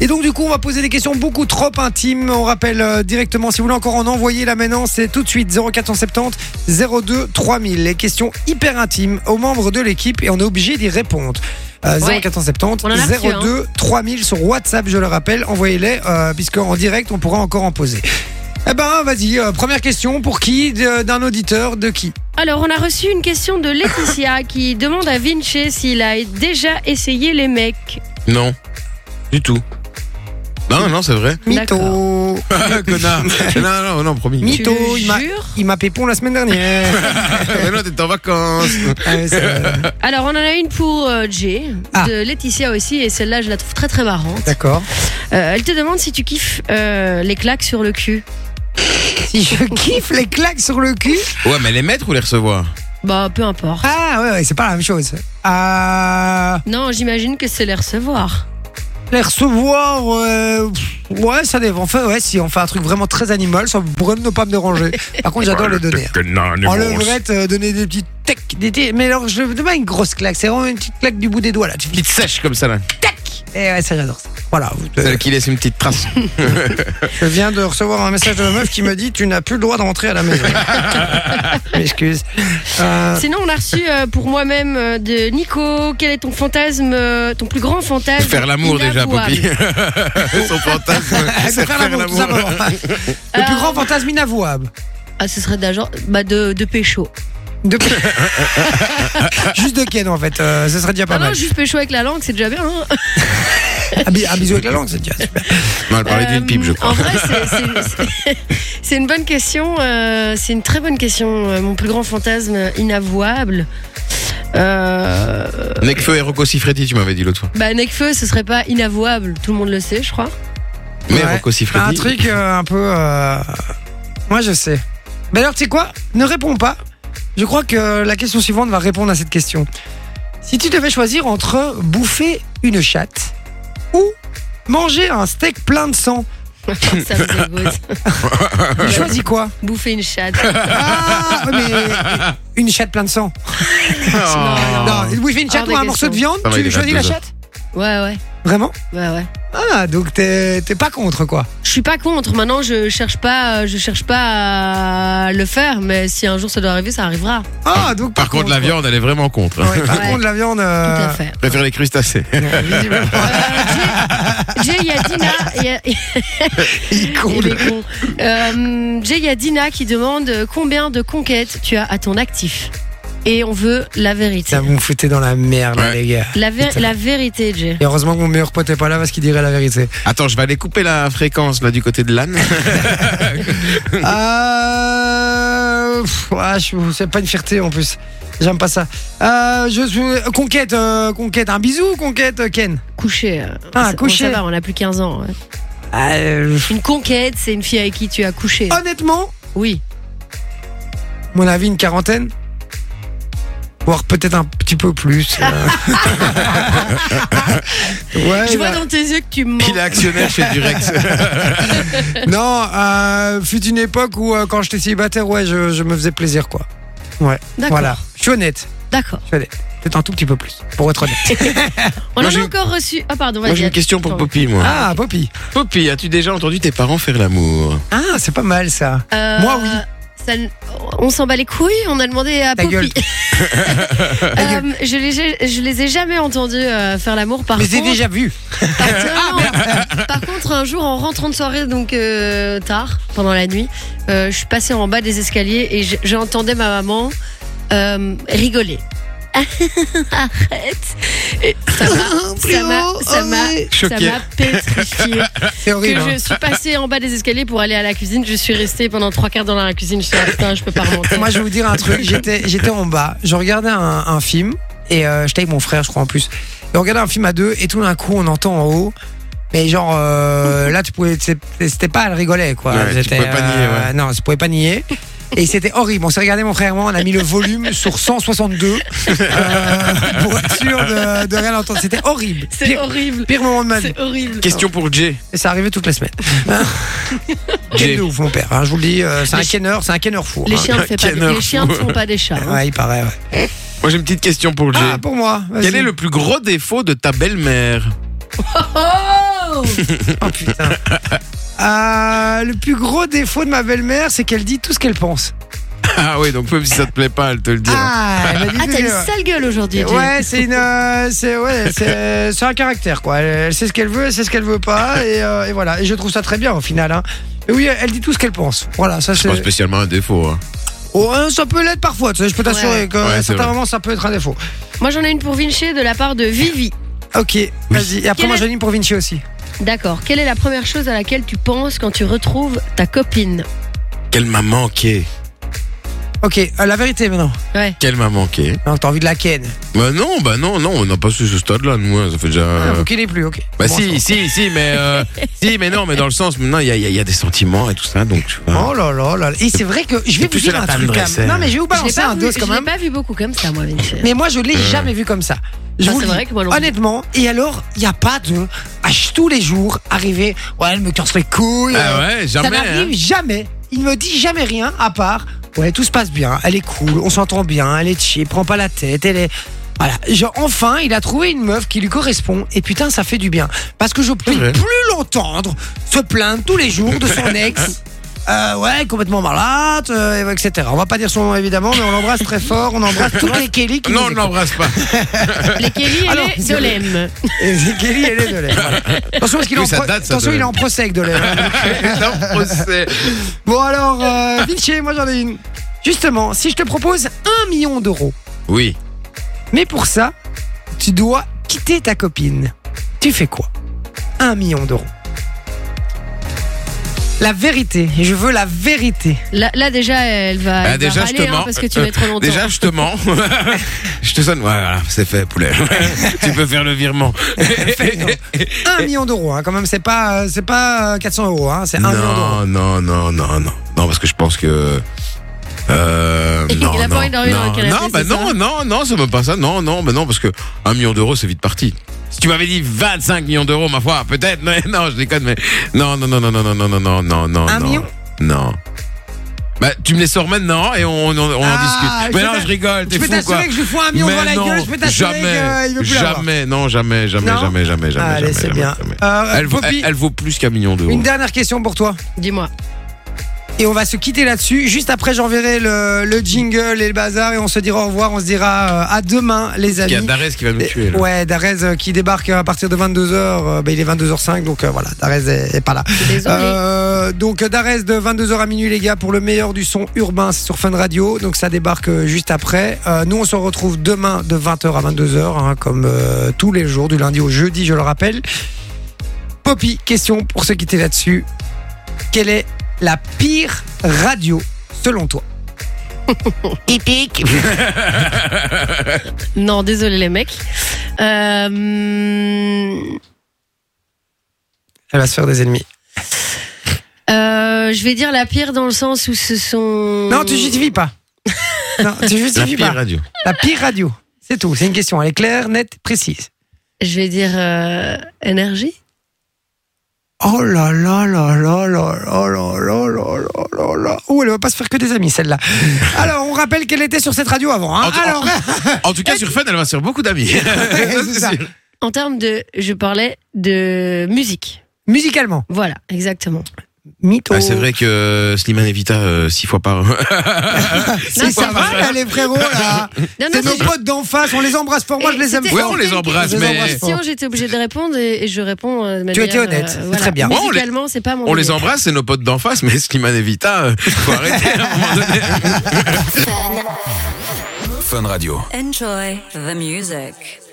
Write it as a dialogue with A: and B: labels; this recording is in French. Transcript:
A: Et donc, du coup, on va poser des questions beaucoup trop intimes. On rappelle euh, directement, si vous voulez encore en envoyer là maintenant, c'est tout de suite 0470 02 3000. Les questions hyper intimes aux membres de l'équipe et on est obligé d'y répondre. Euh,
B: Ouais.
A: 0470
B: On en a reçu,
A: 02 3000 sur WhatsApp, je le rappelle. Envoyez-les, euh, puisque en direct, on pourra encore en poser. Eh ben, vas-y, euh, première question. Pour qui De- D'un auditeur De qui
B: Alors, on a reçu une question de Laetitia qui demande à Vinci s'il a déjà essayé les mecs.
C: Non, du tout. Non, non, c'est vrai.
A: Mytho.
C: Connard. non, non, non, promis.
A: Mi- Mytho,
B: tu
A: il m'a-
B: le jures
A: Il m'a pépon la semaine dernière.
C: Mais non, t'es en vacances.
A: Ah ouais, c'est vrai.
B: Alors, on en a une pour euh, Jay,
A: Ah.
B: de Laetitia aussi, et celle-là, je la trouve très très marrante.
A: D'accord.
B: Euh, elle te demande si tu kiffes euh, les claques sur le cul.
A: Si je kiffe les claques sur le cul.
C: Ouais, mais les mettre ou les recevoir
B: Bah, peu importe.
A: Ah ouais, ouais, c'est pas la même chose. Euh,
B: Non, j'imagine que c'est les recevoir.
A: les recevoir, euh, pff, ouais, ça dépend. Enfin, ouais, si on fait un truc vraiment très animal, ça pourrait ne pas me déranger. Par contre, j'adore les donner. hein. En levrette, euh, donner des petits tac, des petits- mais alors je veux pas une grosse claque, c'est vraiment une petite claque du bout des doigts là. Tu fais
C: Petite sèche comme ça là.
A: tac. Et ouais, ça j'adore ça. Voilà. vous-
C: Celle qui laisse une petite trace.
A: Je viens de recevoir un message de la meuf qui me dit tu n'as plus le droit de rentrer à la maison. M'excuse. Euh,
B: Sinon, on a reçu euh, pour moi-même euh, de Nico. Quel est ton fantasme, euh, ton plus grand fantasme
C: Faire l'amour déjà,
B: inavouable
C: Poppy. Son fantasme.
A: elle
C: c'est
A: peut faire l'amour, tout simplement. Le plus
B: Alors-
A: grand fantasme inavouable.
B: Ah, ce serait d'agent bah, de, de pécho.
A: De- Juste de Ken en fait, euh, ce serait déjà pas
B: Ah non,
A: mal.
B: juste pécho avec la langue, c'est déjà bien. hein.
A: Un, bi- un bisou avec la langue, c'est déjà super.
C: Non, elle parlait
B: Euh,
C: d'une pipe, je crois.
B: En vrai, c'est- c'est- c'est- c'est une bonne question. euh, c'est une très bonne question. euh, Mon plus grand fantasme inavouable. Euh,
C: Necfeu et Rocco Siffredi, tu m'avais dit l'autre fois.
B: bah, Necfeu, ce serait pas inavouable. Tout le monde le sait, je crois.
C: Mais
A: Ouais.
C: Rocco Siffredi.
A: Un truc euh, un peu. euh, Moi je sais. Mais alors tu sais quoi Ne réponds pas. Je crois que la question suivante va répondre à cette question. Si tu devais choisir entre bouffer une chatte ou manger un steak plein de sang,
B: Ça me dégoûte.
A: tu choisis quoi
B: Bouffer une chatte.
A: Ah ouais, mais une chatte plein de sang.
C: Oh.
A: Non, bouffer une chatte
B: Hors de
A: ou un
B: question.
A: morceau Ah. de viande,
C: Ça va, il
A: tu
C: est
A: choisis la
C: 22.
A: chatte
B: Ouais, ouais.
A: Vraiment
B: Ouais, ouais.
A: Ah donc t'es t'es pas contre quoi
B: Je suis pas contre. Maintenant, je cherche pas, euh, je cherche pas à le faire. Mais si un jour ça doit arriver, ça arrivera.
A: Ah, donc
C: Par contre, la viande, elle est vraiment contre.
A: Ouais, par
B: Ouais.
A: contre, la viande.
B: Tout à
A: euh,
B: fait.
C: Je préfère les crustacés.
A: visiblement,
B: Euh, Jay, il y a Dina. il y a-
A: il compte.
B: Il est con. Euh, Jay, il y a Dina qui demande euh, combien de conquêtes tu as à ton actif. Et on veut la vérité.
A: Ça vous me foutez dans la merde, là,
C: Ouais.
A: les gars.
B: La, ver-
A: Putain.
B: la vérité, Jay.
A: Et heureusement que mon meilleur pote est pas là parce qu'il dirait la vérité.
C: Attends, je vais aller couper la fréquence là du côté de l'âne.
A: Euh, pff, ah, je- c'est pas une fierté en plus. J'aime pas ça. Euh, je suis conquête, euh, conquête. Un bisou, ou conquête, euh, Ken.
B: Coucher. euh,
A: Ah,
B: ça- bon,
A: coucher.
B: ça va, on a plus 15 ans. ouais. Ah,
A: Euh,
B: Une conquête, c'est une fille avec qui tu as couché.
C: Oh.
A: honnêtement,
B: Oui.
A: mon avis, une quarantaine, voire peut-être un petit peu plus. euh.
C: Eh
A: ouais,
B: Je vois
A: là.
C: ben.
B: dans tes yeux que tu mens.
C: Il est actionnaire chez Durex.
A: Non, euh, fut une époque où euh, quand j'étais célibataire, ouais, je, je me faisais plaisir, quoi. Ouais.
B: D'accord.
A: Voilà. Je suis honnête.
B: D'accord.
A: Peut-être un tout petit peu plus, pour être honnête.
B: On
C: Moi,
B: en
C: j'ai
B: a
C: une-
B: encore reçu. Ah, pardon,
C: Moi,
B: vas-y.
C: j'ai une question pour
B: attends.
C: Poppy, moi.
A: Ah, Poppy.
C: Poppy, as-tu déjà entendu tes parents faire l'amour
A: Ah, c'est pas mal ça.
B: Euh,
A: Moi, oui.
B: ça n- on s'en bat les couilles, on a demandé à
A: Ta
B: Poppy.
A: gueule.
B: Euh, je, les, je les ai jamais entendus euh, faire l'amour par
A: Mais j'ai
B: contre.
A: déjà Ah, vu.
B: Par, non, par contre, un jour, en rentrant de soirée, donc euh, tard, pendant la nuit, euh, je suis passée en bas des escaliers et j- j'entendais ma maman euh, rigoler. Arrête Et Ça m'a- ça m'a ça m'a-
A: oh,
B: ça
C: Choqué.
B: m'a pétrifiée.
A: C'est horrible. hein.
B: Que je suis passée en bas des escaliers pour aller à la cuisine, je suis restée pendant trois quarts d'heure dans la cuisine. Je suis là, putain, je peux pas remonter.
A: hein. Moi, je vais vous dire un truc. J'étais, j'étais en bas. Je regardais un, un film et euh, j'étais avec mon frère, je crois en plus. Et on regardait un film à deux et tout d'un coup, on entend en haut. Mais genre euh, là, tu pouvais, c'est- c'était pas, elle rigolait quoi.
C: Ouais, tu
A: C'était, euh,
C: pouvais pas nier, ouais.
A: Non, tu pouvais pas nier. Et c'était horrible. On s'est regardé mon frère et moi, on a mis le volume sur 162 euh, pour être sûr de, de rien entendre. C'était horrible.
B: C'est
A: Pire,
B: horrible.
A: pire moment de ma vie.
B: C'est horrible.
C: Question pour Jay.
A: Et ça arrivait toutes les semaines. Quel
C: Jay.
A: de ouf, mon père. hein, je vous le dis, euh, c'est un
B: Les chi-
A: kenneur, c'est un kenneur fou.
B: Les
A: hein.
B: chiens ne font pas des,
C: Canard.
B: les chiens ne font pas des chats. hein.
A: euh, Ouais, il paraît, ouais.
C: Moi, j'ai une petite question pour Jay.
A: Ah, pour moi. vas-y.
C: Quel est le plus gros défaut de ta belle-mère
B: Oh
A: Oh putain. Euh, le plus gros défaut de ma belle-mère, c'est qu'elle dit tout ce qu'elle pense.
C: Ah oui, donc même si ça te plaît pas, elle te le dit.
A: Ah, elle a dit
B: Ah,
A: tout
B: t'as
A: ce
B: une
A: qu'elle-
B: sale gueule aujourd'hui. Jay.
A: Ouais, c'est une, euh, c'est ouais, c'est c'est un caractère quoi. Elle, elle sait ce qu'elle veut, elle sait ce qu'elle veut pas, et, euh, et voilà. Et je trouve ça très bien au final. Hein. Mais oui, elle dit tout ce qu'elle pense. Voilà, ça
C: C'est
A: c'est.
C: pas spécialement un défaut. hein.
A: Oh, hein, ça peut l'être parfois. tu sais, je peux t'assurer
B: Ouais.
A: qu'à
C: Ouais,
A: un
C: c'est
A: certain
C: vrai.
A: moment, ça peut être un défaut.
B: Moi, j'en ai une pour Vinci de la part de Vivi.
A: Ok, vas-y. Et après,
B: Quel
A: moi,
B: est-
A: j'anime pour Vinci aussi.
B: D'accord. Quelle est la première chose à laquelle tu penses quand tu retrouves ta copine
C: Qu'elle m'a manqué.
A: Ok, euh, la vérité maintenant.
B: Ouais.
C: Qu'elle m'a manqué.
A: Non, t'as envie de la ken.
C: Bah non, bah non, non, on n'a pas su ce stade-là, nous. hein, Ça fait déjà.
A: Ah, ok, il est plus. Ok.
C: Bah
A: Bon,
C: si, si, si, mais euh, si, mais non, mais dans le sens, maintenant il y a, il y a- il y a des sentiments et tout ça, donc tu vois.
A: Oh là là là. là. Et c'est vrai que je vais
C: Et
A: vous
C: Ah. plus
A: dire
C: la
A: un
C: femme
A: truc. quand
C: dressée.
A: même. Non, mais je vais vous
B: Je l'ai
A: balancer
B: pas
A: Bah, un
B: vu-
A: dos quand
B: Je l'ai
A: même.
B: pas vu beaucoup comme ça, moi, Vinci.
A: Mais moi, je
C: Euh.
A: l'ai jamais vu comme ça. Je
B: Ah,
A: vous le
B: c'est
A: dis.
B: vrai que moi non plus.
A: honnêtement. Et alors, il n'y a pas de à ch- tous les jours arriver. Ouais, elle me casse les couilles.
C: Ah
A: euh,
C: ouais,
A: ça
C: jamais. hein.
A: n'arrive jamais. Il me dit jamais rien à part. Ouais, tout se passe bien. Elle est cool. On s'entend bien. Elle est chill. Prend pas la tête. Elle est. Voilà. Genre, enfin, il a trouvé une meuf qui lui correspond. Et putain, ça fait du bien. Parce que je peux
C: vrai.
A: plus l'entendre se plaindre tous les jours de son ex. Euh, ouais, complètement malade, euh, etc. On va pas dire son nom évidemment, mais on l'embrasse très fort. On embrasse toutes les Kelly qui
C: Non,
A: nous
C: on ne l'embrasse pas.
B: Les Kelly, elle
A: Alors,
B: est
A: c'est
B: de l'aime.
A: et c'est Kelly, elle est de l'air. Voilà. Attention, parce qu'il
C: Oui,
A: est en
C: ça
A: pro-
C: date, ça,
A: attention,
C: de
A: il est
C: l'air.
A: en procès avec de l'air.
C: Non, procès.
A: bon, alors, euh, Vinci, moi j'en ai une. Justement, si je te propose un million d'euros,
C: Oui.
A: mais pour ça, tu dois quitter ta copine, tu fais quoi Un million d'euros. La vérité, je veux la vérité.
B: Là, là, déjà, elle va.
C: Bah,
B: elle va
C: déjà, je te
B: râler, hein,
C: mens.
B: parce que tu mets
A: euh,
B: trop longtemps.
C: Déjà, je te mens. je te sonne. Ouais, voilà, c'est fait, poulet. tu peux faire le virement.
A: Un million d'euros, hein, quand même, c'est pas, euh, c'est pas euh, 400 euros, hein, c'est un million d'euros.
C: Non, non, non, non, non. Non, parce que je pense que. Euh,
B: Il
C: non,
B: a pas
C: non,
B: envie d'arriver dans
C: non,
B: le canapé,
C: non, bah
B: c'est
C: non,
B: ça
C: non, non, c'est même pas ça. Non, non, bah non, parce que un million d'euros, c'est vite parti. Si tu m'avais dit 25 millions d'euros, ma foi, peut-être. mais non, je déconne, mais non, non, non, non, non, non, non, non, non, non, non.
A: Un
C: non.
A: million
C: Non. Bah, tu me les sors maintenant et on, on, on
A: Ah,
C: en discute.
A: je
C: Mais non,
A: peux-
C: je rigole,
A: Tu
C: t'es
A: peux
C: fou
A: t'assurer
C: quoi.
A: que je lui fous un million
C: Mais
A: dans la
C: non,
A: gueule, je peux t'assurer
C: jamais,
A: qu'il veut plus l'avoir.
C: jamais, non, jamais, jamais,
A: Non
C: jamais, jamais, jamais,
A: Allez,
C: jamais,
A: c'est
C: jamais,
A: bien.
C: jamais.
A: Euh,
C: Elle, vaut-
A: Poppy,
C: elle- elle vaut plus qu'un million d'euros.
A: une dernière question pour toi.
B: Dis-moi.
A: Et on va se quitter là-dessus. Juste après, j'enverrai le, le jingle et le bazar et on se dira au revoir. On se dira euh, à demain, les
C: Il y a
A: amis.
C: Darès qui va nous
A: Et-
C: tuer. là.
A: ouais, Darez euh, qui débarque à partir de 22h. bah, il est 22h05, donc euh, voilà, Darez est, est pas là.
B: Désolée.
A: Euh, donc Darès de 22h à minuit, les gars, pour le meilleur du son urbain, c'est sur Fun Radio. Donc ça débarque euh, juste après. Euh, nous, on se retrouve demain de 20h à 22h, hein, comme euh, tous les jours, du lundi au jeudi, je le rappelle. Poppy, question pour se quitter là-dessus. Quelle est la pire radio selon toi Typique.
B: Non, désolé, les mecs. Euh, hum,
A: Elle va se faire des ennemis.
B: euh, je vais dire la pire dans le sens où ce sont.
A: Non, tu justifies pas. non, tu
C: Mmh. La
A: justifies
C: pire
A: pas.
C: radio.
A: La pire radio. C'est tout. C'est une question. Elle est claire, nette, précise.
B: Je vais dire euh, énergie.
A: Oh là là là là là là là là là là là là. Oh, elle va pas se faire que des amis, celle-là. Alors, on rappelle qu'elle était sur cette radio avant. hein.
C: En tout-
A: Alors,
C: En tout cas, sur Fun, elle va se faire beaucoup d'amis. Ça,
A: c'est
C: c'est
A: ça.
C: sûr.
B: En termes de. Je parlais de musique.
A: musicalement.
B: Voilà, exactement.
A: Mytho.
C: Ah, c'est vrai que Slimane Evita, euh, six fois par.
A: C'est
B: ça
A: ça va, là, les frérots, là.
B: Non,
A: C'est
B: non,
A: nos
B: c'est-
A: potes d'en face. On les embrasse pour moi,
B: Et
A: je les aime
B: c'était-
A: fort.
C: Ouais, on les embrasse,
A: Je les
C: mais-
A: embrasse fort.
B: Sinon, j'étais obligée de répondre et, et je réponds euh, de manière.
A: étais honnête, c'est très bien.
C: Bon, on les-
B: Musicalement, c'est pas mon.
C: On les
B: délire.
C: embrasse, c'est nos potes d'en face, mais Slimane Evita, euh, faut arrêter à un moment donné.
D: Enjoy the music.